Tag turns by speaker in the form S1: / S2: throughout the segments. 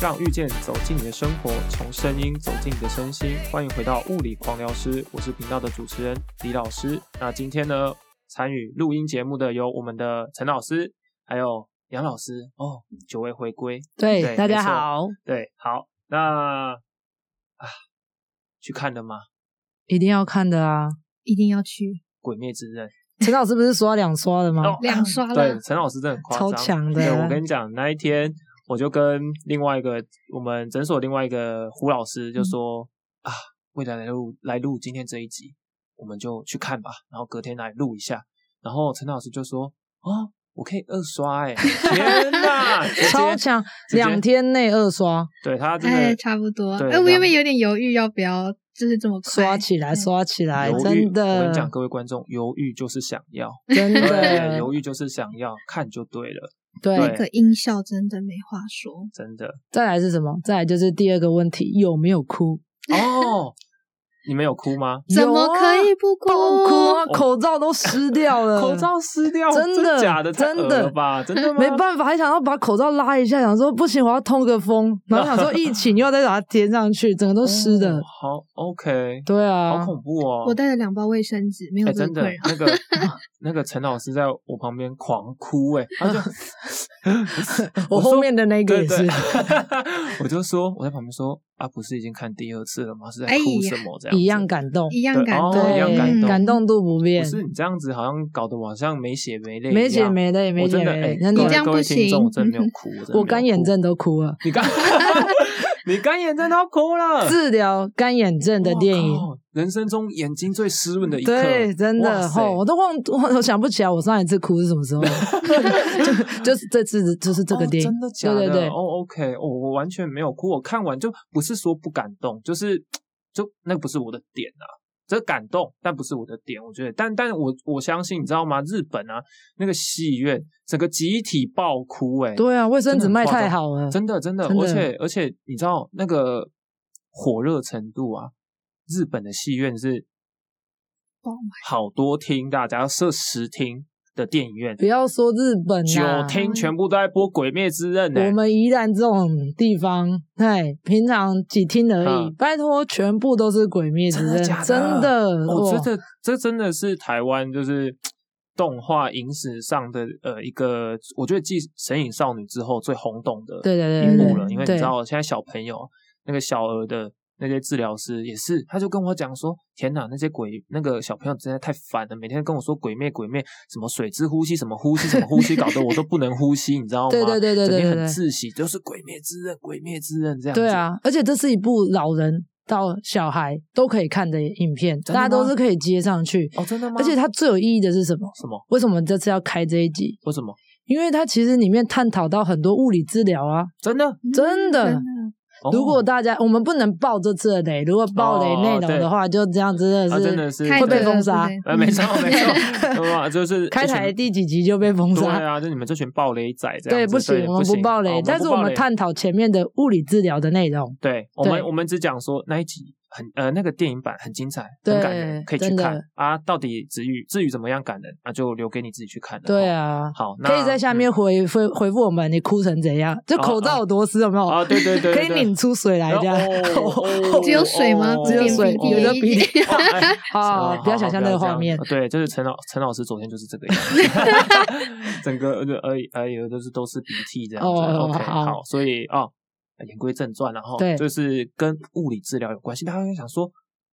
S1: 让遇见走进你的生活，从声音走进你的身心。欢迎回到物理狂聊师，我是频道的主持人李老师。那今天呢，参与录音节目的有我们的陈老师，还有杨老师哦，久违回归。
S2: 对，
S1: 对
S2: 大
S1: 没
S2: 家
S1: 错
S2: 好，
S1: 对，好，那啊，去看了吗？《
S2: 一定要看的啊！
S3: 一定要去
S1: 鬼灭之刃》
S2: 陈老师不是刷两刷的吗？
S1: 哦
S3: 两刷了
S1: 对，，陈老师真的很夸张，
S2: 超强的啊
S1: 对我跟你讲，那一天我就跟另外一个我们诊所另外一个胡老师
S2: 嗯
S1: 就说、啊，未来来录来录今天这一集，我们就去看吧，然后隔天来录一下。然后陈老师就说啊，我可以二刷 哎、天哪，直接
S2: 超强，
S1: 直接
S2: 两天内二刷，
S1: 对他真的、
S3: 哎，差不多。
S1: 对
S3: 哎，我
S1: 两
S3: 原本有点犹豫要不要，就是这么快
S2: 刷起来，
S3: 嗯
S2: 刷起来，
S1: 犹豫
S2: 真
S1: 我跟
S2: 的
S1: 你，讲，各位观众，犹豫就是想要，
S2: 真
S1: 对，
S2: 的
S1: 犹，豫就是想要，看就对了，
S2: 对
S3: 那。个音效真的没话说。
S1: 真的。
S2: 再来是什么？再来就是第二个问题，有没有哭？
S1: 哦，你们有哭吗？
S3: 怎么
S2: 有啊
S3: 可以不哭？
S2: 爆哭啊！口罩都湿掉 了，
S1: 口罩撕掉，
S2: 嗯真的
S1: 假的？太
S2: 真的
S1: 恶了吧？真的吗？
S2: 没办法，还想要把口罩拉一下，想说不行，我要通个 风。然后想说疫情又要再把它贴上去，整个都湿的
S1: 哦。好，OK，
S2: 对
S1: 好
S2: 啊，
S1: 恐怖哦！
S3: 我带了两包卫生纸，没有
S1: 哎，
S3: 这啊
S1: 真
S3: 个
S1: 的
S3: 困扰。
S1: 那个 那个陈老师在我旁边狂哭，哎，他就
S2: 我
S1: 说
S2: 后面的 那个
S1: 对
S2: 也
S1: 对
S2: 是，
S1: 我就说我在旁边说啊，不是已经看第二次了吗？是在
S3: 哎
S1: 哭
S3: 呀
S1: 什么这样子？
S2: 一样感动，
S3: 一样感动，嗯
S1: 哦
S2: 对，
S1: 一样感动
S2: 感动度不变
S1: 不。是你这样子，好像搞得我好像没血没泪一样，
S2: 没姐没泪，没
S1: 我
S2: 姐
S1: 真的
S2: 没
S1: 哎，
S2: 泪，真
S1: 各
S3: 你
S1: 位
S3: 这
S2: 的
S3: 样，
S1: 各位
S3: 不
S1: 听众，
S3: 行
S1: 我真的没有哭，真的没哦有
S2: 我干眼
S1: 哭，
S2: 症都哭了。
S1: 你干， 你干眼症都哭了，
S2: 治疗干眼症的电影
S1: 呃哇，靠，人生中眼睛最湿润的一刻，
S2: 对，真的
S1: 哇塞
S2: 吼，我都忘，我都想不起来我上一次哭是什么时 候，就就是这次就是这个
S1: 哦
S2: 电影
S1: 真，的假的？
S2: 对对对
S1: 哦，OK，哦，我完全没有哭，我看完就不是说不感动，就是就那不是我的点啊。这感动，但不是我的点，我觉得，但但我我相信，你知道吗？日本啊，那个戏院整个集体爆哭、欸，哎，
S2: 对啊，卫生纸卖
S1: 真的很夸张
S2: 太好了，
S1: 真的真的，
S2: 嗯真的
S1: 而且而且你知道那个火热程度啊，日本的戏院是
S3: Oh
S1: 好多厅，大家要设十厅的电影院，
S2: 不要说日本
S1: 九
S2: 啊，
S1: 厅全部都在播《鬼灭之刃》呢、
S2: 我们宜兰这种地方，哎，平常几厅而已
S1: 嗯，
S2: 拜托，全部都是鬼灭之
S1: 真的
S2: 刃
S1: 假，的？
S2: 真的，哦
S1: 我
S2: 哇
S1: 觉得哦这真的是台湾就是动画影史上的呃一个，我觉得继《神隐少女》之后最轰动的
S2: 对对
S1: 一
S2: 对
S1: 幕
S2: 对
S1: 了，因为你
S2: 嗯对
S1: 知道现在小朋友那个小儿的那些治疗师也是，他就跟我讲说，天哪，那些鬼那个小朋友真的太烦了，每天跟我说鬼灭鬼灭，什么水之呼吸，什么呼吸，什么呼吸，搞得我都不能呼吸，你知道吗？
S2: 对对对对对
S1: 整天
S2: 对
S1: 很
S2: 对
S1: 窒息，就是鬼灭之刃，鬼灭之刃这样子。
S2: 对，啊，而且这是一部老人到小孩都可以看的影片，
S1: 的
S2: 大家都
S1: 吗
S2: 是可以接上去。
S1: 哦，真的吗？
S2: 而且它最有意义的是什么？
S1: 什么？
S2: 为什么这次要开这一集？
S1: 为什么？
S2: 因为它其实里面探讨到很多物理治疗啊。
S1: 真的？
S3: 嗯
S2: 真的
S1: 哦
S2: 如果大家我们不能爆这次的雷，如果爆雷内容的
S1: 哦
S2: 话，就这样真
S1: 啊，真
S2: 的
S1: 的
S2: 是
S1: 是
S3: 太
S2: 会被
S3: 对
S2: 封
S3: 了
S2: 杀
S3: 对嗯
S1: 呃，没错没 错， 对吧？就是
S2: 嗯开
S1: 这群
S2: 台第几集就被封
S1: 对
S2: 杀。
S1: 啊，就你们这群暴雷仔这
S2: 对，
S1: 样子。
S2: 不行，我们不爆
S1: 哦
S2: 雷，但
S1: 不
S2: 是我
S1: 爆
S2: 们
S1: 雷哦
S2: 探讨前面的物理治疗的内容。
S1: 对，我们
S2: 对
S1: 我们只讲说那一集很呃那个电影版很精彩，很
S2: 对
S1: 感人，可以去
S2: 真的
S1: 看啊。到底至于至于怎么样感人，那就留给你自己去看了。
S2: 对
S1: 哦，
S2: 啊，
S1: 好，那
S2: 可以在下面
S1: 嗯
S2: 回回回复我们，你哭成怎样？这
S1: 哦
S2: 口罩有多湿，有没有？
S1: 啊，对对对，
S2: 可以
S1: 对哦
S2: 拧出水来这样。 哦
S3: 只有水吗
S2: 只有水哦有的鼻涕
S1: 啊！
S2: 啊，不要想象那个
S1: 不要这
S2: 画
S1: 样呃
S2: 面。
S1: 对，就是陈老陈老师昨天就是这个样 子，整个呃呃呃都是都是鼻涕这样子。
S2: 哦
S1: OK，
S2: 好
S1: 好，所以啊，哦言归正传了哈，
S2: 对
S1: 就是跟物理治疗有关系。大家会想说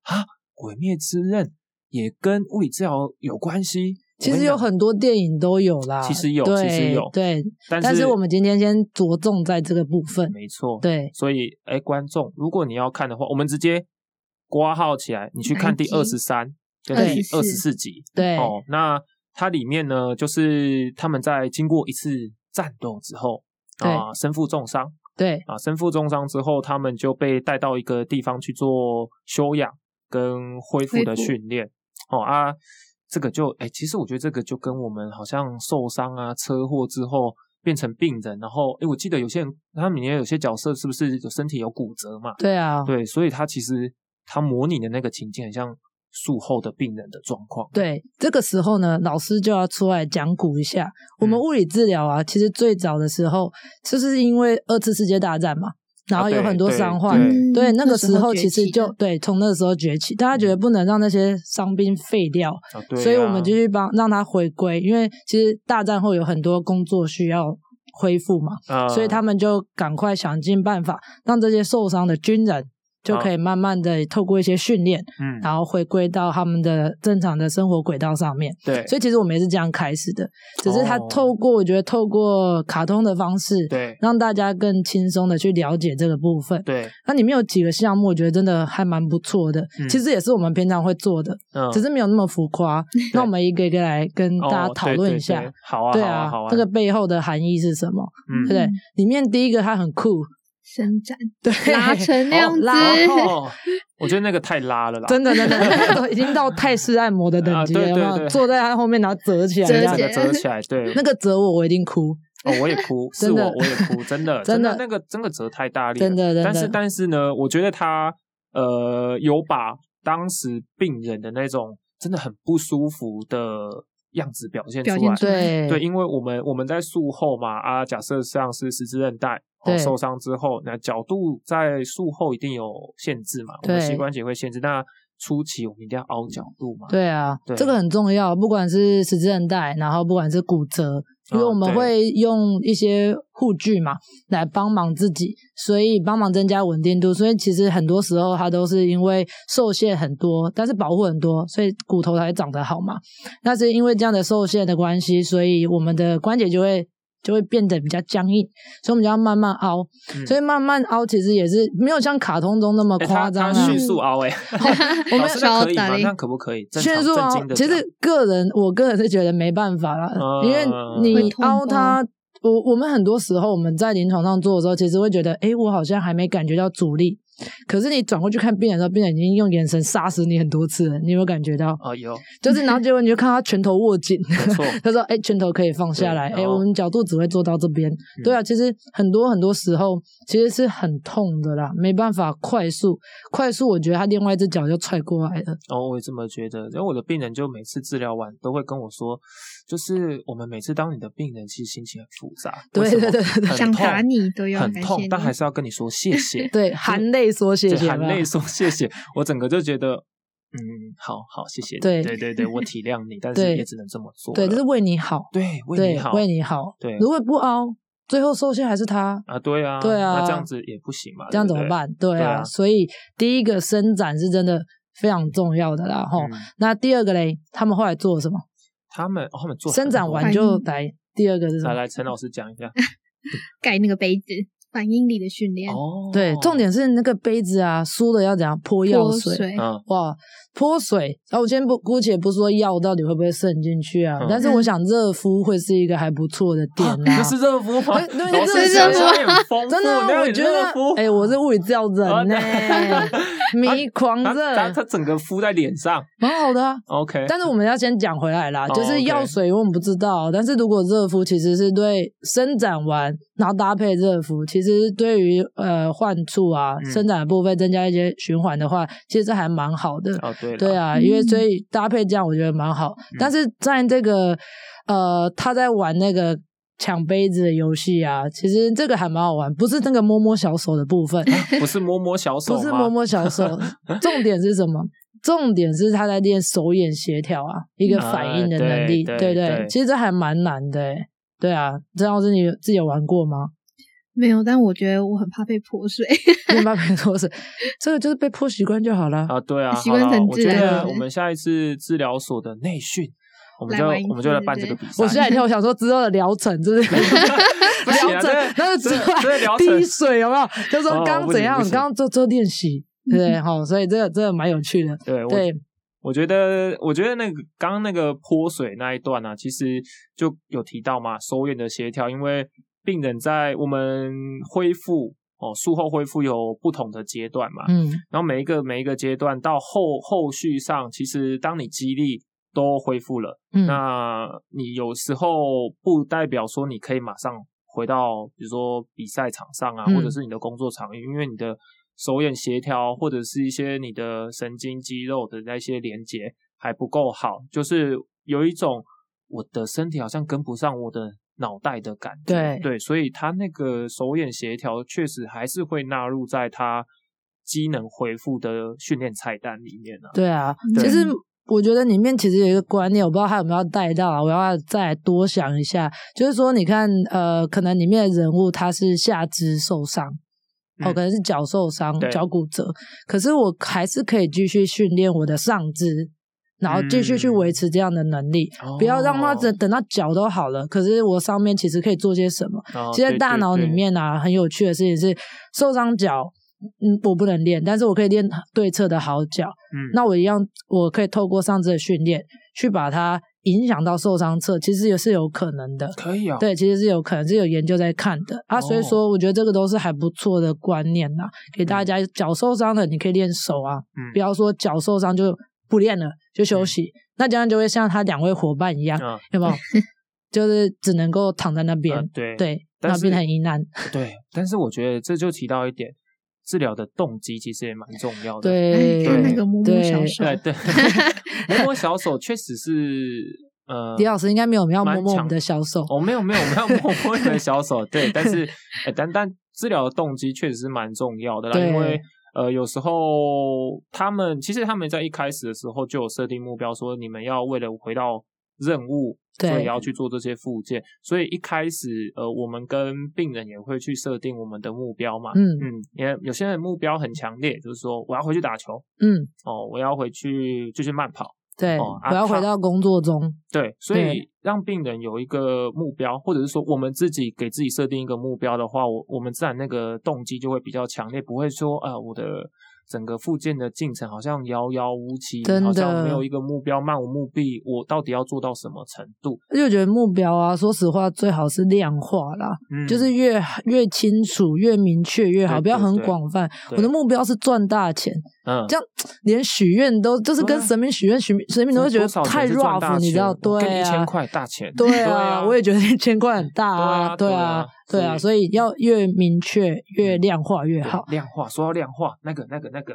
S1: 啊，《鬼灭之刃》也跟物理治疗有关系？
S2: 其
S1: 我跟
S2: 实
S1: 你讲，
S2: 有很多电影都有啦，
S1: 其实有，
S2: 对
S1: 其实有，
S2: 对。
S1: 但
S2: 但是我们今天先着重在这个部分，
S1: 没错，
S2: 对
S1: 所以，哎，观众，如果你要看的话，我们直接挂号起来，你去看第
S3: 哪
S1: 二
S3: 一
S1: 十
S3: 集
S1: 三跟
S3: 对
S1: 第二十四
S3: 24
S1: 集。
S2: 对
S1: 哦，那它里面呢，就是他们在经过一次战斗之后
S2: 对
S1: 啊，身负重伤
S2: 对
S1: 啊，身负重伤之后，他们就被带到一个地方去做休养跟恢复
S3: 恢
S1: 的
S3: 复
S1: 训练。哦啊，这个就哎，其实我觉得这个就跟我们好像受伤啊、车祸之后变成病人，然后哎，我记得有些人他们也有些角色是不是有身体有骨折嘛？
S2: 对啊，
S1: 对，所以他其实他模拟的那个情境很像术后的病人的状况。
S2: 对。这个时候呢，老师就要出来讲古一下。我们
S1: 嗯
S2: 物理治疗啊，其实最早的时候，就是因为二次世界大战嘛，然后有很多
S1: 对
S2: 伤患，
S1: 对
S3: 嗯
S2: 对，那个时候
S3: 崛
S2: 其实
S3: 起
S2: 就
S3: 的
S2: 对，从那个时候崛起，大家觉得不能让那些伤兵废掉，
S1: 啊对啊
S2: 所以我们就去帮让他回归，因为其实大战后有很多工作需要恢复嘛，
S1: 啊
S2: 所以他们就赶快想尽办法让这些受伤的军人就可以慢慢的透过一些训练，
S1: 嗯，
S2: 然后回归到他们的正常的生活轨道上面。
S1: 对，
S2: 所以其实我们也是这样开始的，只是他
S1: 哦
S2: 透过、我觉得透过卡通的方式，
S1: 对
S2: 让大家更轻松的去了解这个部分。
S1: 对，
S2: 那里面有几个项目，我觉得真的还蛮不错的。
S1: 嗯
S2: 其实也是我们平常会做的，
S1: 嗯，
S2: 只是没有那么浮 夸。那我们一个一个来跟
S1: 哦
S2: 大家讨论一下，
S1: 对对对好啊，
S2: 对
S1: 好啊，好啊，
S2: 这个背后的含义是什么？对不对
S3: 嗯？
S2: 里面第一个它很酷，
S3: 伸展
S2: 对，
S3: 拉成那样
S2: 哦
S3: 子，
S2: 拉
S1: 哦，我觉得那个太拉了啦，
S2: 真的真的，那个都已经到泰式按摩的等级了，
S1: 啊对
S2: 有
S1: 对
S2: 没有？
S1: 对
S2: 坐在他后面，然后折起来，
S3: 折
S2: 这
S1: 整
S2: 样
S3: 起
S1: 个
S3: 来
S1: 折起来，对，
S2: 那个折我，我一定哭。
S1: 哦，我也 哭，是
S2: 真的
S1: 我我也哭，真的
S2: 真的
S1: 的那个真的折太大力了，
S2: 真的真的
S1: 但是但是呢，我觉得他呃有把当时病人的那种真的很不舒服的样子表现出
S3: 表现
S1: 来，
S3: 出对
S2: 对
S1: 对，因为我们我们在术后嘛，啊，假设像是十字韧带。
S2: 对
S1: 哦、受伤之后，那角度在术后一定有限制嘛，我们
S2: 对
S1: 膝关节会限制。那初期我们一定要凹角度嘛，
S2: 对啊，
S1: 对
S2: 这个很重要，不管是十字韧带，然后不管是骨折，因为
S1: 嗯
S2: 我们
S1: 对
S2: 会用一些护具嘛来帮忙自己，所以帮忙增加稳定度。所以其实很多时候它都是因为受限很多，但是保护很多，所以骨头才会长得好嘛。那是因为这样的受限的关系，所以我们的关节就会。就会变得比较僵硬，所以我们就要慢慢凹，
S1: 嗯
S2: 所以慢慢凹其实也是没有像卡通中那么
S1: 诶
S2: 夸
S1: 哎他
S2: 张、啊
S1: 他迅速凹 哎、老师那可以
S3: 我们稍
S1: 吗？
S3: 等
S1: 那可不可以？正常
S2: 迅速
S1: 正
S2: 凹
S1: 经的，
S2: 其实个人我个人是觉得没办法啦，
S1: 嗯
S2: 因为你
S3: 会痛
S2: 凹它，我我们很多时候我们在临床上做的时候，其实会觉得，诶，我好像还没感觉到阻力。可是你转过去看病人的时候，病人已经用眼神杀死你很多次了，你有没有感觉到？
S1: 啊、有
S2: 就是然后结果你就看他拳头握紧，
S1: 没错，
S2: 他说：“哎、拳头可以放下来，哎、
S1: 对然后
S2: 我们角度只会做到这边。
S1: 嗯
S2: 对啊，其实很多很多时候其实是很痛的啦，没办法快速快速，我觉得他另外一只脚就踹过来了。
S1: 然哦后我也这么觉得，因为我的病人就每次治疗完都会跟我说，就是我们每次当你的病人，其实心情很复杂，
S2: 对
S1: 为什么
S2: 对对对
S1: 很
S3: 想
S1: 痛
S3: 打你都要
S1: 很
S3: 感谢
S1: 痛，但
S3: 你
S1: 还是要跟你说谢谢，
S2: 对，含泪说谢
S1: 对
S2: 谢吧，
S1: 含泪说谢谢，我整个就觉得。嗯，好好，谢谢你。
S2: 对
S1: 对对对，我体谅你，但是
S2: 对
S1: 也只能这么做了。
S2: 对，这是为你好，
S1: 对为
S2: 对，
S1: 你好，
S2: 为你好。
S1: 对
S2: 如果不凹，最后受限还是他，
S1: 啊，对啊，
S2: 对啊
S1: 那这样子也不行嘛，
S2: 这样
S1: 对
S2: 怎
S1: 不
S2: 么
S1: 对？
S2: 办？对
S1: 对
S2: 啊，
S1: 啊
S2: 所以第一个伸展是真的非常重要的啦，吼。
S1: 嗯
S2: 那第二个嘞，他们后来做了什么？
S1: 他们哦他们做
S2: 伸
S1: 很
S2: 展
S1: 多
S2: 完就来第二个是什
S1: 来
S2: 么？
S1: 来，陈老师讲一下。
S3: 嗯盖那个杯子，反应力的训练，
S1: 哦，
S2: 对，重点是那个杯子啊，输了要怎样泼药
S3: 泼
S2: 水。
S3: 水
S1: 嗯，
S2: 哇，泼水！啊，我先不姑且不说药到底会不会渗进去啊，
S1: 嗯
S2: 但是我想热敷会是一个还不错的点啊。
S1: 那是热敷吗？
S2: 哎对
S1: 老师
S3: 这是
S1: 想
S3: 热敷
S1: 象力很丰富
S2: 真的啊、
S1: 那
S2: 我
S1: 你
S2: 觉
S1: 热敷
S2: 得， 哎、我是物理治疗
S1: 啊
S2: 人呢、 迷狂
S1: 他
S2: 热，
S1: 他他整个敷在脸上
S2: 蛮好 的啊。
S1: ，OK，
S2: 但是我们要先讲回来啦，
S1: 哦
S2: 就是药
S1: OK
S2: 水我们不知道，但是如果热敷其实是对伸展完，然后搭配热敷，其实对于呃患处啊、
S1: 嗯
S2: 伸展的部分增加一些循环的话，其实这还蛮好的。
S1: 哦对
S2: 对
S1: 啦，嗯
S2: 啊，
S3: 嗯
S2: 因为所以搭配这样我觉得蛮好。但是在这个呃，他在玩那个抢杯子的游戏啊，其实这个还蛮好玩，不是那个摸摸小手的部分，
S1: 不是摸摸小手
S2: 不
S1: 吗，
S2: 是摸摸小手， 重点是什么？重点是他在练手眼协调啊，一个反应的能力，
S1: 啊对对
S2: 对不对
S1: 对？
S2: 其实这还蛮难的、欸，对啊。张老师，你有自己有玩过吗？
S3: 没有，但我觉得我很怕被泼水，
S2: 练八百多是， 这个就是被泼习惯就好了。
S1: 啊，对啊，
S3: 习
S1: 好啦
S3: 惯成
S1: 我
S3: 自
S1: 觉
S2: 然
S1: 得
S2: 了
S1: 我们下一次治疗所的内训，我们
S3: 来
S1: 就
S3: 玩一
S1: 我们就来
S3: 次
S1: 办这
S3: 对
S1: 个比赛。
S2: 我吓一跳，我想说之后的疗程就是
S1: 不行啊
S2: 疗程
S1: 这，
S2: 那就
S1: 这
S2: 出
S1: 这
S2: 来
S1: 疗
S2: 滴
S1: 程
S2: 水有没有？就说
S1: 哦
S2: 刚
S1: 不
S2: 怎
S1: 行
S2: 样
S1: 不，行
S2: 刚刚做做练习，对不 对？好，所以这个这个蛮有趣的，
S1: 对我
S2: 对，
S1: 我觉得，我觉得那个刚刚那个泼水那一段啊，其实就有提到嘛，手眼的协调，因为病人在我们恢复哦，术后恢复有不同的阶段嘛，
S2: 嗯，
S1: 然后每一个每一个阶段到后后续上，其实当你肌力都恢复了，
S2: 嗯
S1: 那你有时候不代表说你可以马上回到，比如说比赛场上啊，
S2: 嗯
S1: 或者是你的工作场域，因为你的手眼协调或者是一些你的神经肌肉的那些连接还不够好，就是有一种我的身体好像跟不上我的脑袋的感觉。
S2: 对
S1: 对，所以他那个手眼协调确实还是会纳入在他机能恢复的训练菜单里面啊。
S2: 对啊，
S3: 对
S2: 其实我觉得里面其实有一个观念，我不知道他有没有带到啊，我要再多想一下。就是说，你看，呃，可能里面的人物他是下肢受伤，哦，
S1: 嗯
S2: 可能是脚受伤、
S1: 对
S2: 脚骨折，可是我还是可以继续训练我的上肢。然后继续去
S1: 嗯哦
S2: 维持这样的能力，不要让他等等到脚都好了。可是我上面其实可以做些什么？
S1: 哦
S2: 其实大脑里，面啊，很有趣的事情是，受伤脚，嗯，我不能练，但是我可以练对侧的好脚。
S1: 那
S2: 那我一样，我可以透过上肢的训练去把它影响到受伤侧，其实也是有可能的。
S1: 可以啊，
S2: 对，其实是有可能是有研究在看的啊，所以
S1: 哦
S2: 说我觉得这个都是还不错的观念呐，给大家脚受伤了，你可以练手啊，
S1: 嗯
S2: 不要说脚受伤就不练了，就休息，那这样就会像他两位伙伴一样，
S1: 啊，
S2: 有没有？就是只能够躺在那边，
S1: 嗯对
S2: 对，
S1: 但
S2: 然后变
S1: 是
S2: 成疑难，
S1: 对，但是我觉得这就提到一点，治疗的动机其实也蛮重要的。
S2: 对，
S3: 看哎那个摸摸小手，
S1: 对对， 摸摸小手确实是呃，
S2: 李老师应该没有我们要
S1: 蛮
S2: 摸摸我们
S1: 强
S2: 的小手，
S1: 哦，没有没有，我们 要摸摸你的小手，对，但是呃但但治疗的动机确实是蛮重要的啦，
S2: 对
S1: 因为呃有时候他们其实他们在一开始的时候就有设定目标，说你们要为了回到任务。
S2: 对
S1: 所以要去做这些附件，所以一开始，呃，我们跟病人也会去设定我们的目标嘛，
S2: 嗯
S1: 嗯，因为有些人目标很强烈，就是说我要回去打球，
S2: 嗯，
S1: 哦，我要回去继续慢跑，
S2: 对，
S1: 哦啊
S2: 我要回
S1: 他
S2: 到工作中，
S1: 对，所
S2: 对
S1: 以让病人有一个目标，或者是说我们自己给自己设定一个目标的话，我我们自然那个动机就会比较强烈，不会说啊、我的整个复健的进程好像遥遥无期，
S2: 真
S1: 好像没
S2: 的
S1: 有一个目标，漫无目的，我到底要做到什么程度？
S2: 而且我觉得目标啊，说实话最好是量化啦，
S1: 嗯，
S2: 就是越越清楚、越明确越好，
S1: 对
S2: 不要
S1: 对
S2: 很
S1: 对
S2: 广泛。
S1: 对
S2: 我的目标是赚大钱，
S1: 嗯，
S2: 这样连许愿都就是
S1: 对啊
S2: 跟神明许愿，许神明都会觉得
S1: 多少钱
S2: 太
S1: 是赚
S2: rough，
S1: 大
S2: 你知道？
S1: 钱我跟
S2: 对
S1: 一千
S2: 啊，
S1: 块大钱，
S2: 对啊，
S1: 啊，
S2: 我也觉得一千块很大对
S1: 对啊
S2: 啊，对
S1: 对啊
S2: 啊，所
S1: 所
S2: 以要越明确、越量化越
S1: 对
S2: 好。
S1: 量化，说到量化，那个那个那个，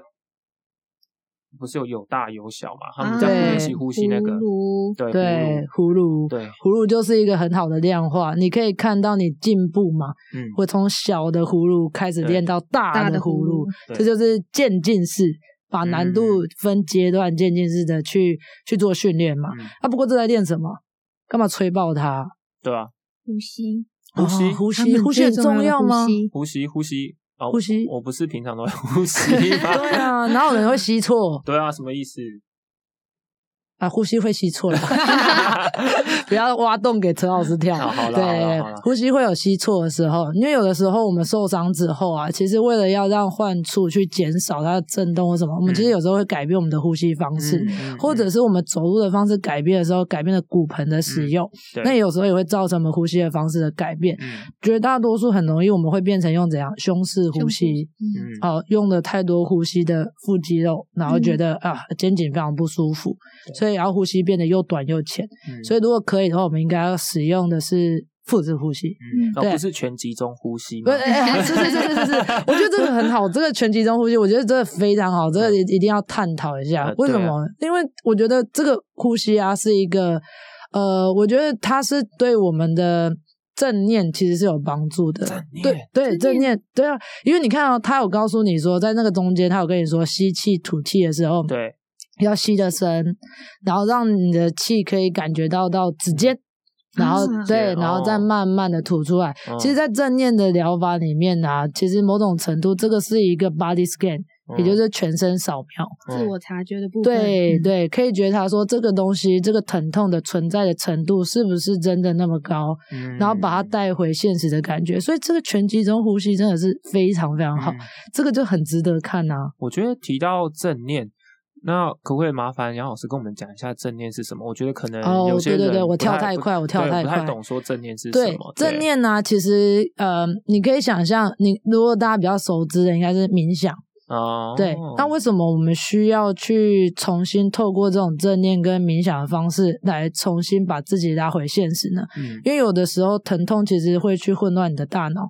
S1: 不是有有大有小嘛？他
S3: 啊，
S1: 们在
S2: 对
S1: 练习呼吸那个
S3: 葫，芦
S1: 对，葫
S2: 对
S1: 芦，
S2: 葫芦，
S1: 对，
S2: 葫芦就是一个很好的量化，你可以看到你进步嘛。
S1: 嗯，
S2: 我从小的葫芦开始练到大
S3: 大
S2: 的
S3: 的
S2: 葫
S3: 葫
S2: 芦
S3: 芦，
S1: 对嗯
S2: 这就是渐进式，把难度分阶段渐进式的去去做训练嘛。
S1: 嗯
S2: 啊，不过这在练什么？干嘛吹爆它？
S1: 对啊，
S3: 呼吸，
S1: 呼吸
S2: 啊呼
S3: 他
S2: 吸，
S3: 们
S2: 呼吸
S3: 最
S2: 很重
S3: 的
S2: 要
S3: 呼
S2: 吗？
S3: 吸
S1: 呼吸，呼吸，哦，
S2: 呼吸
S1: 我不是平常都在呼吸
S2: 对
S1: 吗？
S2: 啊，哪有人会吸错
S1: 对啊，什么意思？
S2: 啊？呼吸会吸 错的，不要挖洞给陈老师跳。
S1: 好好啦好啦
S2: 对
S1: 好啦，
S2: 呼吸会有吸错的时候，因为有的时候我们受伤之后啊，其实为了要让患处去减少它的震动或什么，我们其实有时候会改变我们的呼吸方式。
S1: 嗯嗯
S2: 或者是我们走路的方式改变的时候，改变了骨盆的使用，
S1: 对
S2: 那有时候也会造成我们呼吸的方式的改变。
S1: 嗯
S2: 绝大多数很容易我们会变成用怎样胸式呼吸，
S3: 嗯，
S1: 嗯，
S2: 哦、用了太多呼吸的腹肌肉，然后觉得、啊肩颈非常不舒服，
S1: 对
S2: 所以然后呼吸变得又短又浅。
S1: 嗯
S2: 所以如果可以的话，我们应该要使用的是腹式呼吸。
S1: 嗯，哦，
S2: 对
S1: 不是全集中呼吸
S2: 不
S1: 吗
S2: 是，？哎哎是是是是是是，我觉得这个很好，这个全集中呼吸，我觉得这个非常好，这个一一定要探讨一下
S1: 嗯呃，
S2: 为什
S1: 对啊
S2: 么？因为我觉得这个呼吸啊是一个，呃，我觉得它是对我们的。正念其实是有帮助的
S1: 正，念
S2: 对对，
S3: 正
S2: 正念对啊，因为你看哦，他有告诉你说，在那个中间，他有跟你说吸气吐气的时候，
S1: 对，
S2: 要吸的深，然后让你的气可以感觉到到指尖，然后、
S3: 啊
S2: 对，
S1: 嗯指尖
S2: 然后再
S1: 哦
S2: 慢慢的吐出来。
S1: 嗯
S2: 其实，在正念的疗法里面呢、其实某种程度这个是一个 body scan，、
S1: 嗯
S2: 也就是全身扫描。
S3: 自我察觉的部分，
S2: 对
S3: 嗯，
S2: 对，可以觉察说这个东西，这个疼痛的存在的程度是不是真的那么高，
S1: 嗯
S2: 然后把它带回现实的感觉。所以，这个全集中呼吸真的是非常非常好，
S1: 嗯
S2: 这个就很值得看啊。
S1: 我觉得提到正念，那可不可以麻烦杨老师跟我们讲一下正念是什么？我觉得可能
S2: 哦
S1: 有些
S2: 对对
S1: 人
S2: 对我
S1: 不
S2: 跳太
S1: 不
S2: 快我跳
S1: 对
S2: 太
S1: 不太
S2: 快
S1: 懂说正念是什
S2: 对
S1: 么。，对
S2: 正念呢、其实呃，你可以想象，你如果大家比较熟知的，应该是冥想。
S1: 哦，
S2: 对，那为什么我们需要去重新透过这种正念跟冥想的方式来重新把自己拉回现实呢？
S1: 嗯
S2: 因为有的时候疼痛其实会去混乱你的大脑。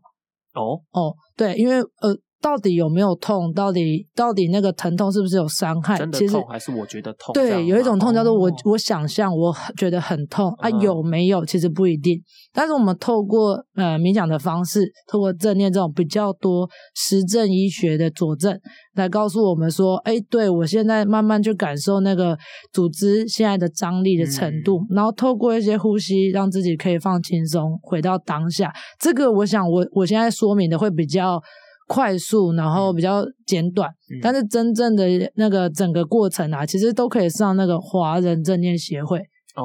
S1: 哦，
S2: 哦，对，因为呃，到底有没有痛，到底到底那个疼痛是不是有伤害
S1: 真，的
S2: 哎其实
S1: 痛还是我觉得痛这样吗？
S2: 对，有一种痛叫做我、
S1: 哦
S2: 我想象，我觉得很痛啊，
S1: 嗯
S2: 有没有？其实不一定。但是我们透过呃冥想的方式，透过正念这种比较多实证医学的佐证，来告诉我们说，哎，对我现在慢慢去感受那个组织现在的张力的程度，
S1: 嗯
S2: 然后透过一些呼吸，让自己可以放轻松，回到当下。这个我想我我现在说明的会比较快速，然后比较简短。
S1: 嗯
S2: 但是真正的那个整个过程啊，其实都可以上那个华人正念协会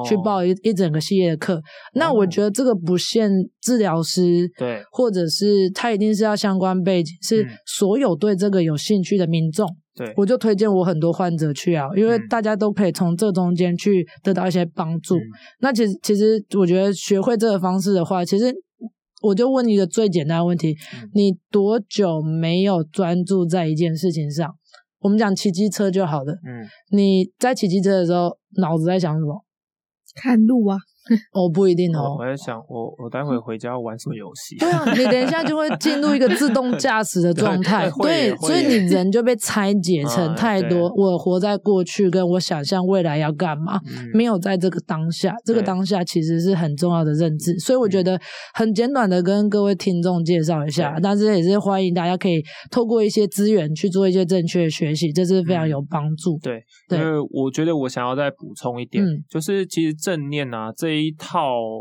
S2: 去
S1: 哦
S2: 报一一整个系列的课。那我觉得这个不限治疗师，
S1: 对
S2: 或者是他一定是要相关背景，是
S1: 嗯
S2: 所有对这个有兴趣的民众。
S1: 对，
S2: 我就推荐我很多患者去啊，因为
S1: 嗯
S2: 大家都可以从这中间去得到一些帮助。
S1: 嗯
S2: 那其实，其实我觉得学会这个方式的话，其实我就问你一个最简单的问题：
S1: 嗯
S2: 你多久没有专注在一件事情上？我们讲骑机车就好了。
S1: 嗯
S2: 你在骑机车的时候，脑子在想什么？
S3: 看路啊，
S2: 哦，不一定
S1: 我
S2: 哦。
S1: 我在想，我我待会回家玩什么游戏？
S2: 嗯对啊，你等一下就会进入一个自动驾驶的状态，
S1: 对会耶
S2: 对，
S1: 会
S2: 所以
S1: 耶
S2: 你人就被拆解成
S1: 啊
S2: 太多。我活在过去，跟我想象未来要干嘛，
S1: 嗯
S2: 没有在这个当下，这个
S1: 对嗯
S2: 当下其实是很重要的认知，所以我觉得很简短的跟各位听众介绍一下，
S1: 对
S2: 但是也是欢迎大家可以透过一些资源去做一些正确的学习，这是非常有帮助。
S1: 嗯对，
S2: 对
S1: 因为我觉得我想要再补充一点，
S2: 嗯
S1: 就是其实正念啊这一套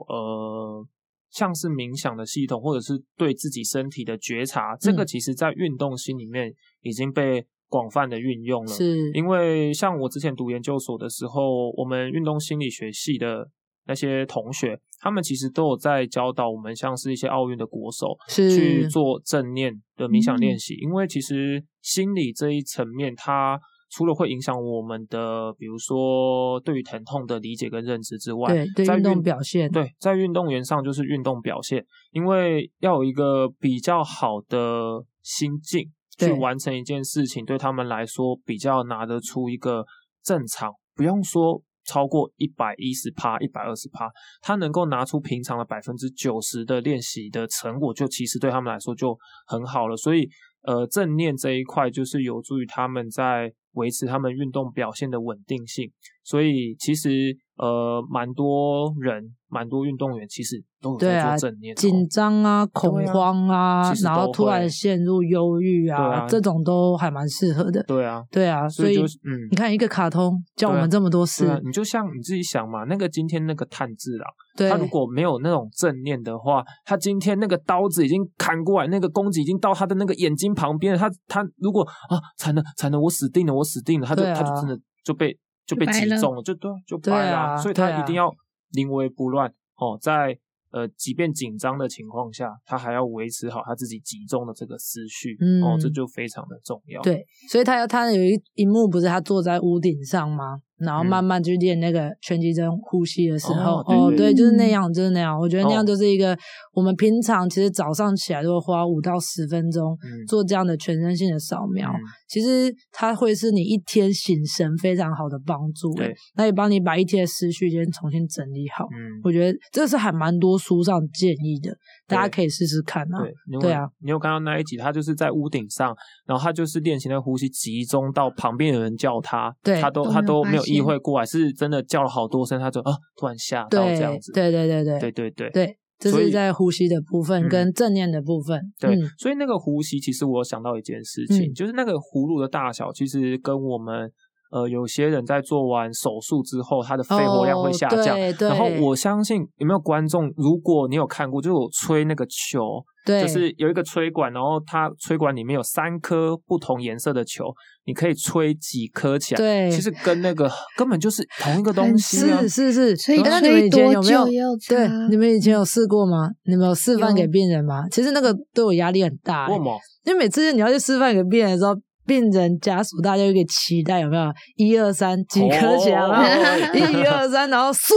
S1: 呃，像是冥想的系统，或者是对自己身体的觉察，这个
S2: 嗯
S1: 其实在运动心里面已经被广泛的运用了。
S2: 是，
S1: 因为像我之前读研究所的时候，我们运动心理学系的那些同学，他们其实都有在教导我们，像是一些奥运的国手，去
S2: 是，
S1: 做正念的冥想
S2: 嗯
S1: 练习，因为其实心理这一层面，它除了会影响我们的，比如说对于疼痛的理解跟认知之外，
S2: 对对，
S1: 在
S2: 运动表现，
S1: 对，在运动员上就是运动表现，因为要有一个比较好的心境去
S2: 对
S1: 完成一件事情，对他们来说比较拿得出一个正常，不用说超过一百一十趴、一百二十趴，他能够拿出平常的百分之九十的练习的成果，就其实对他们来说就很好了。所以，呃，正念这一块就是有助于他们在维持他们运动表现的稳定性。所以其实呃，蛮多人，蛮多运动员其实都有
S2: 对
S1: 在
S2: 啊
S1: 做正念、哦。
S2: 紧张啊，恐慌啊，
S1: 其实都
S2: 然后突然
S1: 会
S2: 陷入忧郁
S1: 对
S2: 啊，
S1: 啊
S2: 这种都还蛮适合的。
S1: 对啊，
S2: 对啊，所
S1: 所以
S2: 以
S1: 就是嗯
S2: 你看一个卡通教我
S1: 对啊
S2: 们这么多事
S1: 对，啊，你就像你自己想嘛，那个今天那个炭治郎，
S2: 对
S1: 他如果没有那种正念的话，他今天那个刀子已经砍过来，那个弓子已经到他的那个眼睛旁边了，他他如果啊惨了惨了，我死定了，我死定了，他就、
S2: 对啊
S1: 他就真的就被就被
S3: 就白
S1: 击
S3: 了
S1: 中了，就对啊就
S2: 对
S1: 掰了啊、
S2: 啊
S1: 所以
S2: 对
S1: 他
S2: 啊
S1: 一定要临危不乱哦，在。呃，即便紧张的情况下，他还要维持好他自己集中的这个思绪，哦
S2: 嗯，
S1: 这就非常的重要。
S2: 对，所以他有他有一一幕不是他坐在屋顶上吗？然后
S1: 嗯
S2: 慢慢去练那个拳击针呼吸的时候，
S1: 哦对
S2: 哦，
S1: 对
S2: 对，
S3: 对
S2: 就是那样，就是那样。我觉得那样
S1: 哦
S2: 就是一个、我们平常其实早上起来都会花五到十分钟
S1: 嗯
S2: 做这样的全身性的扫描，
S1: 嗯
S2: 其实它会是你一天醒神非常好的帮助，欸
S1: 对，
S2: 那也帮你把一天的思绪先重新整理好。
S1: 嗯，
S2: 我觉得这是还蛮多书上建议的，大家
S1: 对
S2: 可以试试看啊。
S1: 对，你有
S2: 对啊，
S1: 你有看到那一集，他就是在屋顶上，然后他就是练习那个呼吸，集中到旁边有人叫他，
S2: 对
S1: 他都
S3: 都
S1: 他
S3: 没有
S1: 都
S3: 发
S1: 没有意
S3: 现
S1: 会过来，是真的叫了好多声，他就啊突然吓到
S2: 对
S1: 这样子，
S2: 对对对对
S1: 对对对
S2: 对，这
S1: 所
S2: 是
S1: 以
S2: 在呼吸的部分
S1: 嗯
S2: 跟正念的部分。
S1: 对
S2: 嗯
S1: 所以那个呼吸，其实我有想到一件事情，
S2: 嗯
S1: 就是那个葫芦的大小，其实跟我们呃有些人在做完手术之后，他的肺活量会下降。
S2: 哦、对对
S1: 然后我相信有没有观众，如果你有看过，就是我吹那个球，
S2: 对
S1: 就是有一个吹管，然后它吹管里面有三颗不同颜色的球，你可以吹几颗起来。
S2: 对
S1: 其实跟那个 根本就是同一个东西啊
S2: 是。是是，
S3: 所以
S2: 哎那你们以
S3: 吹
S2: 前
S3: 多
S2: 有没
S3: 久
S2: 有？
S3: 也有
S2: 对
S3: 差，
S2: 你。们以前有试过吗？你们有示范
S3: 有
S2: 给病人吗？其实那个对我压力很大、欸
S1: 为什么？
S2: 因为每次你要去示范给病人的时候，病人家属大家有一个期待，有没有？一二三，几颗起来
S1: 哦
S2: 然后 一二三，然后速，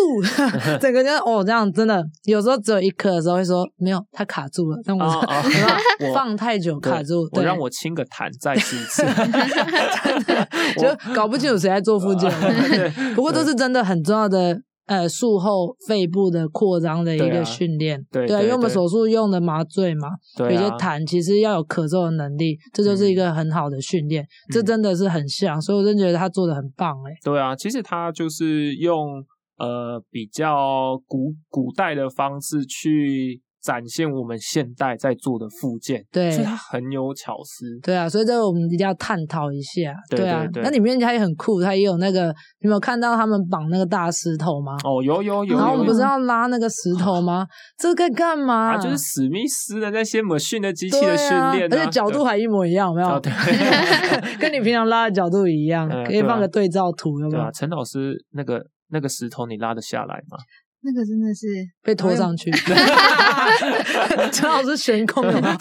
S2: 整个就是哦，这样真的有时候只有一颗的时候会说没有，它卡住了，让我、
S1: 哦 哦我
S2: 放太久
S1: 对
S2: 卡住，
S1: 我
S2: 对
S1: 让我清个痰再试一 次。
S2: 就搞不清楚谁在做复健。
S1: 对
S2: 不过这是真的很重要的呃术后肺部的扩张的一
S1: 对
S2: 个
S1: 啊
S2: 训练。
S1: 对
S2: 对啊，
S1: 对
S2: 因为我们
S1: 对
S2: 手术用的麻醉嘛，
S1: 对
S2: 有
S1: 啊，
S2: 些痰其实要有咳嗽的能力，这就是一个很好的训练。这
S1: 嗯
S2: 真的是很像，所以我真的觉得他做的很棒哎、
S1: 对啊，其实他就是用呃比较古古代的方式去展现我们现代在做的附件，
S2: 对
S1: 所以他很有巧思。
S2: 对啊，所以这个我们一定要探讨一下。
S1: 对
S2: 啊
S1: 对对
S2: 那里面它也很酷，它也有那个，你有看到他们绑那个大石头吗？
S1: 哦，有有有，
S2: 然后我
S1: 有
S2: 们不是要拉那个石头吗？这个干嘛？
S1: 啊，就是史密斯的那些 machine 的机器
S2: 嗯对
S1: 的训
S2: 啊
S1: 练、
S2: 而且角度还一模一样，有没
S1: 对
S2: 有
S1: 啊？对
S2: 跟你平常拉的角度一样，
S1: 嗯
S2: 可以
S1: 对啊
S2: 放个对照图，有没
S1: 对啊，
S2: 有？
S1: 陈老师那个那个石头你拉得下来吗？
S3: 那个真的是
S2: 被拖上去，
S1: 啊
S2: 陈老师悬空有没有？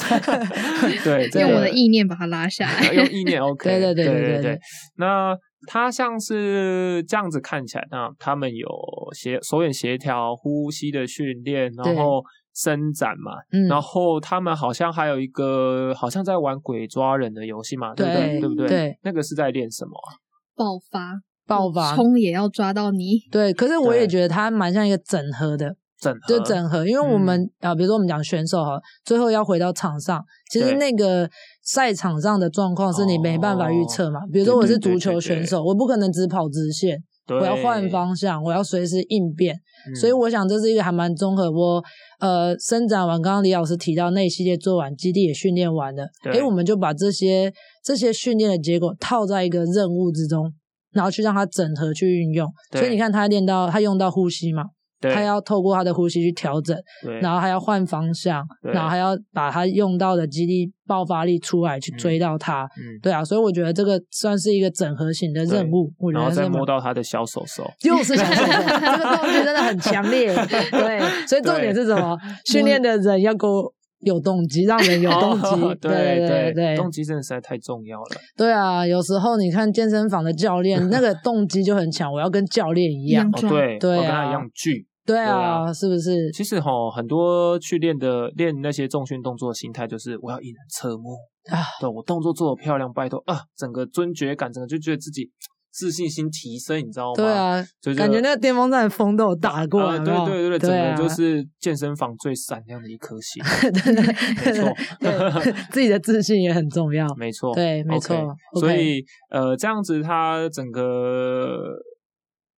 S1: 对，这
S3: 用
S1: 个
S3: 我的意念把它拉下 来。
S1: 用意念 OK，
S2: 对对对
S1: 对
S2: 对对
S1: 对
S2: 对
S1: 那它像是这样子看起来，那他们有协手眼协调、呼吸的训练，
S2: 对
S1: 然后伸展嘛，
S2: 嗯，
S1: 然后他们好像还有一个好像在玩鬼抓人的游戏嘛，对不
S2: 对
S1: 对？对不对？
S2: 对
S1: 那个是在练什么啊？
S3: 爆发，
S2: 爆发。
S3: 冲也要抓到你。
S2: 对，可是我也
S1: 对嗯
S2: 觉得它蛮像一个整合的，
S1: 整合
S2: 就整合，因为我们啊、比如说我们讲选手哈，最后要回到场上，其实
S1: 对
S2: 那个赛场上的状况是你没办法预
S1: 哦
S2: 测嘛。比如说我是足球选手，我不可能只跑直线，
S1: 对
S2: 我要换方向，我要随时应变。
S1: 嗯
S2: 所以我想这是一个还蛮综合。我呃伸展完，刚刚李老师提到那一系列做完，基地也训练完了，
S1: 对
S2: 诶，我们就把这些这些训练的结果套在一个任务之中，然后去让它整合去运用。
S1: 对
S2: 所以你看，他练到他用到呼吸嘛，
S1: 对
S2: 他要透过他的呼吸去调整，
S1: 对
S2: 然后还要换方向，
S1: 对
S2: 然后还要把他用到的基地爆发力出来去追到他。
S1: 嗯，
S2: 对啊，所以我觉得这个算是一个整合型的任务，我觉
S1: 然后
S2: 得
S1: 再
S2: 是
S1: 摸
S2: 蛮。
S1: 到他的小手手，
S2: 又是小手手，这个动机真的很强烈。对，所以重点是什么？训练的人要够有动机，让人有动机。
S1: 哦对
S2: 对对，
S1: 动机真的实在太重要了。
S2: 对啊，有时候你看健身房的教练，那个动机就很强，我要跟教练一样
S3: 一。
S1: 哦，
S3: 壮
S1: 对，
S2: 对
S1: 我跟他
S2: 啊
S1: 一样巨。
S2: 对
S1: 对
S2: 啊，
S1: 啊
S2: 是不是？
S1: 其实哈，很多去练的练那些重训动作的心态就是我要引人侧目
S2: 啊，
S1: 对我动作做的漂亮，拜托啊，整个尊爵感，整个就觉得自己自信心提升，你知道吗？
S2: 对，啊
S1: 就，是
S2: 感觉那个电风扇的风都有打过来
S1: 啊，
S2: 有没
S1: 对对对
S2: 有，
S1: 对，整
S2: 对啊，
S1: 个就是健身房最闪亮的一颗星，
S2: 对
S1: 没
S2: 对对
S1: 错
S2: 对，自己的自信也很重要。
S1: 没错，
S2: 对没
S1: OK，
S2: 错，OK
S1: 所以呃，这样子它整个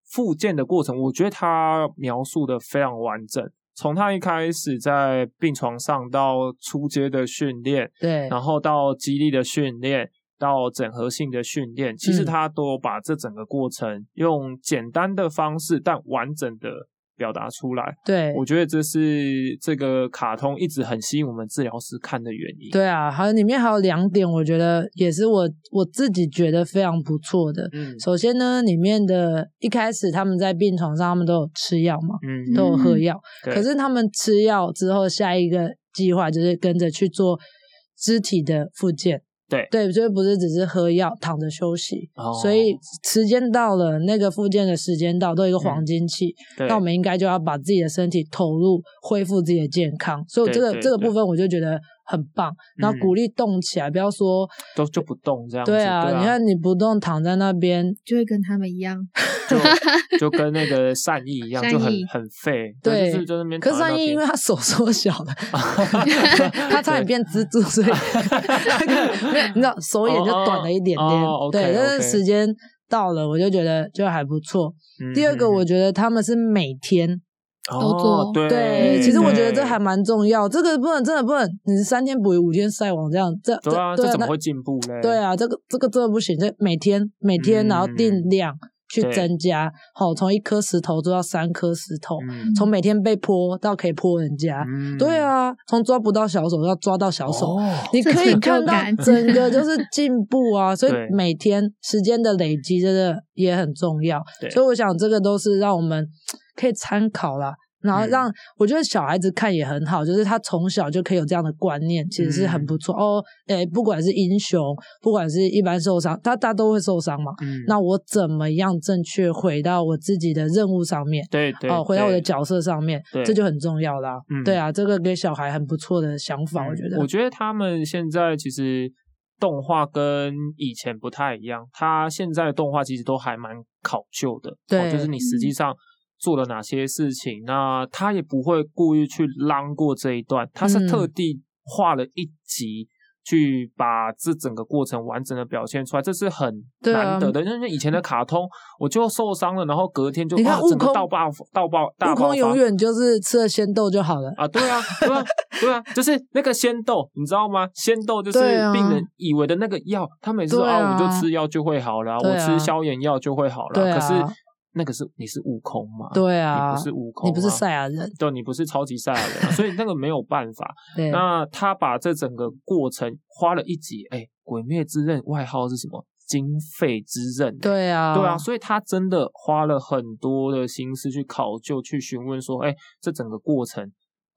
S1: 复健的过程，我觉得它描述的非常完整。从他一开始在病床上到出街的训练，
S2: 对，
S1: 然后到激励的训练，到整合性的训练，其实
S2: 嗯
S1: 他都把这整个过程用简单的方式，但完整的表达出来。
S2: 对
S1: 我觉得这是这个卡通一直很吸引我们治疗师看的原因。
S2: 对啊，还有里面还有两点，我觉得也是我我自己觉得非常不错的。
S1: 嗯
S2: 首先呢，里面的一开始他们在病床上，他们都有吃药嘛，
S1: 嗯，
S2: 都有喝药。
S1: 对
S2: 可是他们吃药之后，下一个计划就是跟着去做肢体的复健。
S1: 对
S2: 对，所以不是只是喝药躺着休息，
S1: 哦
S2: 所以时间到了，那个复健的时间到，都有一个
S1: 嗯
S2: 黄金期，
S1: 对
S2: 那我们应该就要把自己的身体投入恢复自己的健康。所以我这个
S1: 对对
S2: 这个
S1: 对
S2: 部分我就觉得很棒，然后
S1: 嗯
S2: 鼓励动起来，不要说
S1: 都就不动这样子。
S2: 对
S1: 啊，
S2: 啊，你看你不动躺在那边，
S3: 就会跟他们一样，
S1: 就就跟那个善意一样，
S3: 善
S1: 就很
S3: 意
S1: 很废。
S2: 对
S1: 就是在那边
S2: 可
S1: 躺
S2: 是
S1: 在那
S2: 善
S1: 边。
S2: 意因为他手缩 小了， 他差点变蜘蛛，所以 没有，你知道手眼就短了一点点。
S1: 哦哦哦
S2: 对，
S1: OK，
S2: 但是
S1: OK
S2: 时间到了，我就觉得就还不错。
S1: 嗯
S2: 第二个，
S1: 嗯
S2: 我觉得他们是每天，
S1: 嗯
S3: 都做
S1: 哦对
S2: 对，其实我觉得这
S1: 对
S2: 还蛮重要。这个不能，真的不能，你是三天捕鱼五天晒网这样，这
S1: 对啊，
S2: 对
S1: 这怎么
S2: 那
S1: 会进步嘞？
S2: 对啊，这个这个真的不行，这每天每天，
S1: 嗯
S2: 然后定量去
S1: 对
S2: 增加，好，从一颗石头做到三颗石头，
S1: 嗯，
S2: 从每天被泼到可以泼人家，
S1: 嗯
S2: 对，啊，从抓不到小手到抓到小手，
S1: 哦
S2: 你可以看到
S3: 这成就感
S2: 整 个就是进步啊，所以
S1: 对
S2: 每天时间的累积真的也很重要。
S1: 对
S2: 所以我想这个都是让我们可以参考啦。然
S1: 嗯
S2: 后让、我觉得小孩子看也很好，就是他从小就可以有这样的观念，其实是
S1: 嗯
S2: 很不错、哦。诶，不管是英雄，不管是一般受伤，他他都会受伤嘛。
S1: 嗯
S2: 那我怎么样正确回到我自己的任务上面？
S1: 对对
S2: 哦，回到我的
S1: 对
S2: 角色上面，
S1: 对
S2: 这就很重要啦。
S1: 嗯
S2: 对啊，这个给小孩很不错的想法，我觉得。
S1: 我觉得他们现在其实动画跟以前不太一样，他现在的动画其实都还蛮考究的，
S2: 对嗯
S1: 哦就是你实际上做了哪些事情，那他也不会故意去浪过这一段，他是
S2: 嗯
S1: 特地画了一集。去把这整个过程完整的表现出来，这是很
S2: 对啊
S1: 难得的。因为以前的卡通，我就受伤了，然后隔天就
S2: 你看
S1: 哇
S2: 悟
S1: 整个
S2: 空
S1: 到爆到爆大爆
S2: 悟空
S1: 发
S2: 永。远就是吃了仙豆就好了。
S1: 啊，对啊，对啊，对啊，就是那个仙豆，你知道吗？仙豆就是
S2: 对啊
S1: 病人以为的那个药，他每次说
S2: 对啊
S1: 我就吃药就会好了，
S2: 对
S1: 我
S2: 啊
S1: 吃消炎药就会好了。
S2: 对啊
S1: 可是那个是你是悟空嘛？、
S2: 对啊，
S1: 你不是悟空、
S2: 你不是，赛亚人，
S1: 对，你不是超级赛亚人啊、所以那个没有办法。
S2: 对，
S1: 那他把这整个过程花了一集，哎，《鬼灭之刃》外号是什么？经费之刃、哎
S2: 对啊，
S1: 对啊，所以他真的花了很多的心思去考究、去询问，说，哎，这整个过程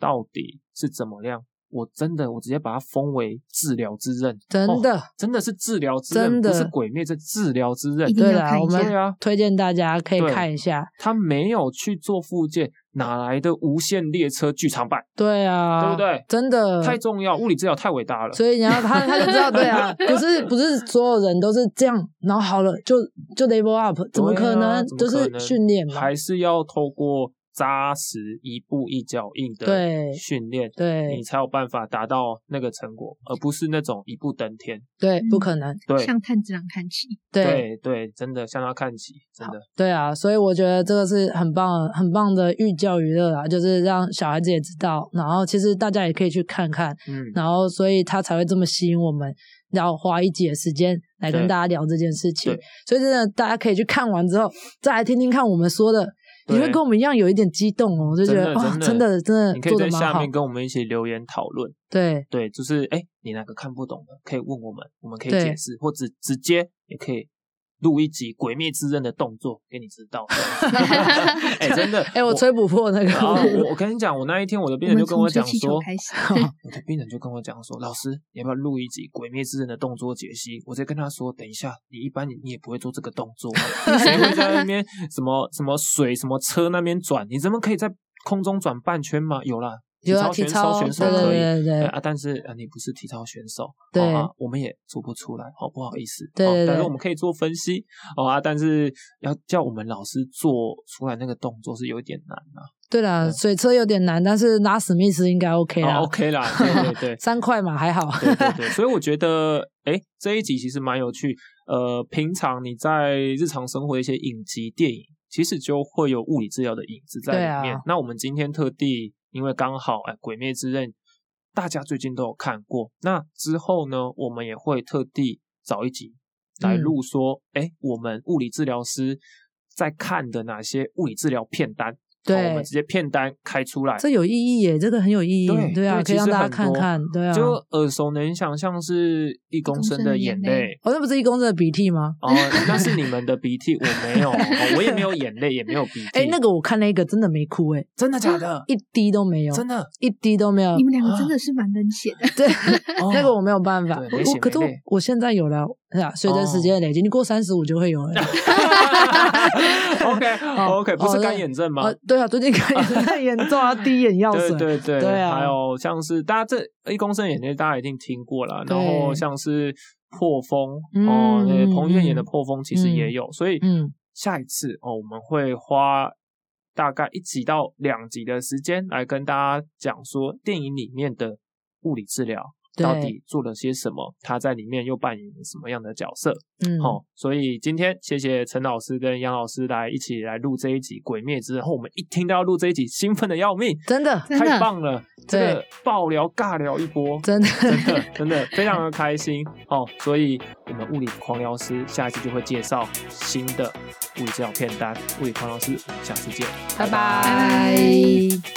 S1: 到底是怎么样？我真的，我直接把它封为治疗之刃，
S2: 真的，
S1: 真的是治疗之刃，
S2: 真的
S1: 不是鬼灭，这治疗之刃
S3: 一。定
S2: 对
S3: 要
S2: 啦，
S3: 看
S2: 我
S3: 一
S1: 对
S2: 们
S3: 下。
S1: 啊
S2: 推荐大家可以
S1: 对
S2: 看一下，
S1: 他没有去做复健，哪来的无限列车剧场版？
S2: 对啊，
S1: 对不对
S2: 真的
S1: 太重要，物理治疗太伟大了。
S2: 所以你要他他 就知道，对啊，不是不是所有人都是这样，然后好了就就 level up，怎么可
S1: 对
S2: 能？
S1: 啊
S2: 就
S1: 怎么可
S2: 是
S1: 能
S2: 训练嘛，
S1: 还是要透过扎实一步一脚印
S2: 对
S1: 的训练，
S2: 对
S1: 你才有办法达到那个成果，而不是那种一步登天。
S2: 对，不可能，
S1: 对，
S3: 向炭治郎看齐，
S1: 嗯
S2: 对
S1: 对对，真的向他看齐，真的
S2: 对啊，所以我觉得这个是很棒很棒的寓教于乐啊，就是让小孩子也知道，然后其实大家也可以去看看，
S1: 嗯，
S2: 然后所以他才会这么吸引我们，然后花一集的时间来跟
S1: 对
S2: 大家聊这件事情
S1: 对。
S2: 所以真的，大家可以去看完之后，再来听听看我们说的，你
S1: 对
S2: 会跟我们一样有一点激动哦，我就觉得
S1: 真的
S2: 哇，真
S1: 真
S2: 的
S1: 的
S2: 真
S1: 你
S2: 的
S1: 可以
S2: 做的
S1: 在
S2: 蛮
S1: 下
S2: 好
S1: 面，跟我们一起留言讨论。
S2: 对
S1: 对，就是哎，你哪个看不懂的，可以问我们，我们可以
S2: 对
S1: 解释，或者直接也可以录一集《鬼灭之刃》的动作给你知 道。哎，真的，
S2: 哎，我吹不破那
S1: 然后
S2: 个，
S1: 我我跟你讲，我那一天我的病
S3: 我
S1: 人
S3: 们
S1: 就跟我
S3: 从吹
S1: 讲
S3: 气球
S1: 说，
S3: 开 始
S1: 我的病人就跟我讲说，老师，你要不要录一集《鬼灭之刃》的动作解析？我在跟他说，等一下，你一般你你也不会做这个动作，啊你只会在那边什么什么水什么车那边转，你怎么可以在空中转半圈吗？有啦，
S2: 有啊
S1: 操
S2: 体
S1: 选
S2: 操，
S1: 手
S2: 对
S1: 选手
S2: 对
S1: 可以。
S2: 对对
S1: 对
S2: 对
S1: 啊，但是啊，你不是体操选手，
S2: 对
S1: 哦啊，我们也做不出来，好、不好意思？
S2: 对对对
S1: 哦但是我们可以做分析，哦啊，但是要叫我们老师做出来那个动作是有一点难啊。
S2: 对啦，
S1: 嗯
S2: 水车有点难，但是拉史密斯应该 OK 啦，
S1: 哦、，OK 啦，对对对
S2: 三块嘛还好，
S1: 对对对，所以我觉得，哎，这一集其实蛮有趣。呃，平常你在日常生活的一些影集、电影，其实就会有物理治疗的影子在
S2: 对
S1: 里
S2: 啊
S1: 面。那我们今天特地，因为刚好，哎，《鬼灭之刃》大家最近都有看过，那之后呢，我们也会特地找一集来
S2: 嗯
S1: 录说，哎、我们物理治疗师在看的哪些物理治疗片单，好我
S2: 对
S1: 们直接片单开出来，
S2: 这有意义耶，这个很有意义，
S1: 对
S2: 对啊，
S1: 对
S2: 可以让
S1: 其实
S2: 大家
S1: 很
S2: 看
S1: 多
S2: 看，对啊，
S1: 就耳熟能详，像是一公升的眼
S3: 一公升的眼
S1: 泪。
S2: 哦，那不是一公升的鼻涕吗？
S1: 哦，那是你们的鼻涕，我没 有，哦我也没有眼泪，也没有鼻涕。
S2: 哎、那个我看那个真的没哭、哎，
S1: 真的假的？
S2: 一滴都没有，
S1: 真 的
S2: 一滴都没有
S3: 你。们两个真的是蛮冷血的，
S2: 对，
S1: 哦
S2: 那个我没有办法，
S1: 对没
S2: 我
S1: 血
S2: 可是我
S1: 没哦泪
S2: 我现在有了，是啊，随着时间的累积，你过三十五就会有了。
S1: OK
S2: 哦
S1: OK，不
S2: 哦
S1: 是
S2: 对
S1: 干眼症吗
S2: 哦？，对啊，最近感染太 严重啊，滴眼药
S1: 对
S2: 水，
S1: 对对，
S2: 对啊
S1: 还有像是大家这一公升眼泪，大家一定听过啦。然后
S2: 对
S1: 像是破风
S2: 嗯
S1: 哦，那
S2: 嗯
S1: 彭于晏演的
S2: 嗯
S1: 破风其实也有，所以
S2: 嗯
S1: 下一次哦，我们会花大概一集到两集的时间来跟大家讲说电影里面的物理治疗
S2: 对
S1: 到底做了些什么，他在里面又扮演了什么样的角色。
S2: 嗯，
S1: 好、所以今天谢谢陈老师跟杨老师来一起来录这一集《鬼灭之刃》，我们一听到要录这一集，兴奋的要命，
S2: 真的
S3: 真的
S1: 太棒了！这
S2: 对
S1: 个爆聊尬聊一波，
S2: 真的，
S1: 真的真的非常的开心哦。所以我们物理狂聊师下一期就会介绍新的物理治疗片单，物理狂聊师，我们下次见，
S2: 拜
S1: 拜
S2: 拜。